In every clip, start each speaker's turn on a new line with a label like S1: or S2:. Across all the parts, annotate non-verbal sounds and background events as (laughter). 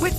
S1: With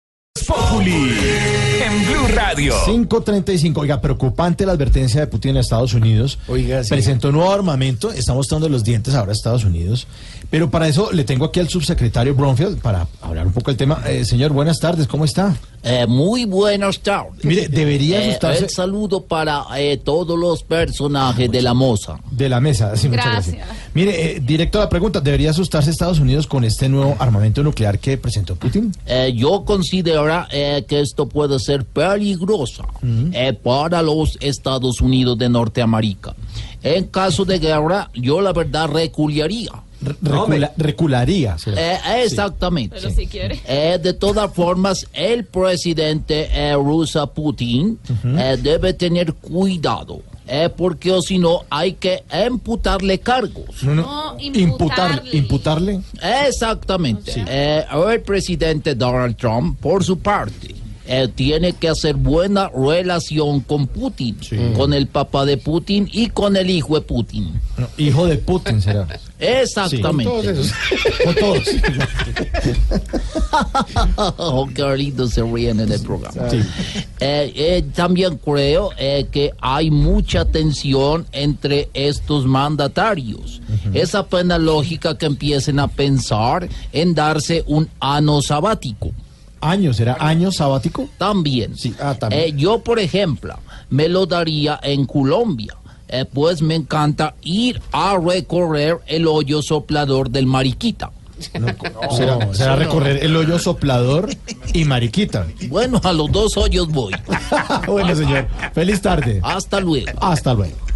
S2: Populi en Blue Radio.
S3: 5.35. Oiga, preocupante la advertencia de Putin a Estados Unidos.
S4: Oiga, sí.
S3: Presentó nuevo armamento, está mostrando los dientes ahora a Estados Unidos. Pero para eso le tengo aquí al subsecretario Brownfield para hablar un poco del tema. Eh, señor, buenas tardes, ¿cómo está?
S5: Eh, muy buenas tardes.
S3: Mire, debería
S5: Eh,
S3: asustarse
S5: el saludo para eh, todos los personajes de la moza.
S3: de la mesa. Sí, muchas gracias. Mire, eh, directo a la pregunta, ¿debería asustarse Estados Unidos con este nuevo armamento nuclear que presentó Putin?
S5: Eh, yo considero eh, que esto puede ser peligroso eh, para los Estados Unidos de Norteamérica. En caso de guerra, yo la verdad reculiaría.
S3: Re- recula- recularía. será.
S5: Eh, exactamente. Eh, de todas formas, el presidente eh, rusa Putin eh, debe tener cuidado, eh, porque o si no hay que imputarle cargos.
S3: No, no, imputar- imputarle.
S5: Exactamente. Eh, el presidente Donald Trump, por su parte, eh, tiene que hacer buena relación con Putin, con el papá de Putin y con el hijo de Putin.
S3: No, hijo de Putin será.
S5: Exactamente.
S3: Con todos.
S4: (laughs)
S5: (laughs) Oh, qué lindo se ríen en el programa. Eh, eh, también creo eh, que hay mucha tensión entre estos mandatarios. Es apenas lógica que empiecen a pensar en darse un ano sabático.
S3: Años, será año sabático.
S5: También.
S3: Sí, ah, también.
S5: Eh, yo, por ejemplo, me lo daría en Colombia. eh, pues me encanta ir a recorrer el hoyo soplador del Mariquita.
S3: será será recorrer el hoyo soplador y mariquita.
S5: Bueno, a los dos hoyos voy.
S3: Ah, bueno, señor. Feliz tarde.
S5: Hasta luego.
S3: Hasta luego.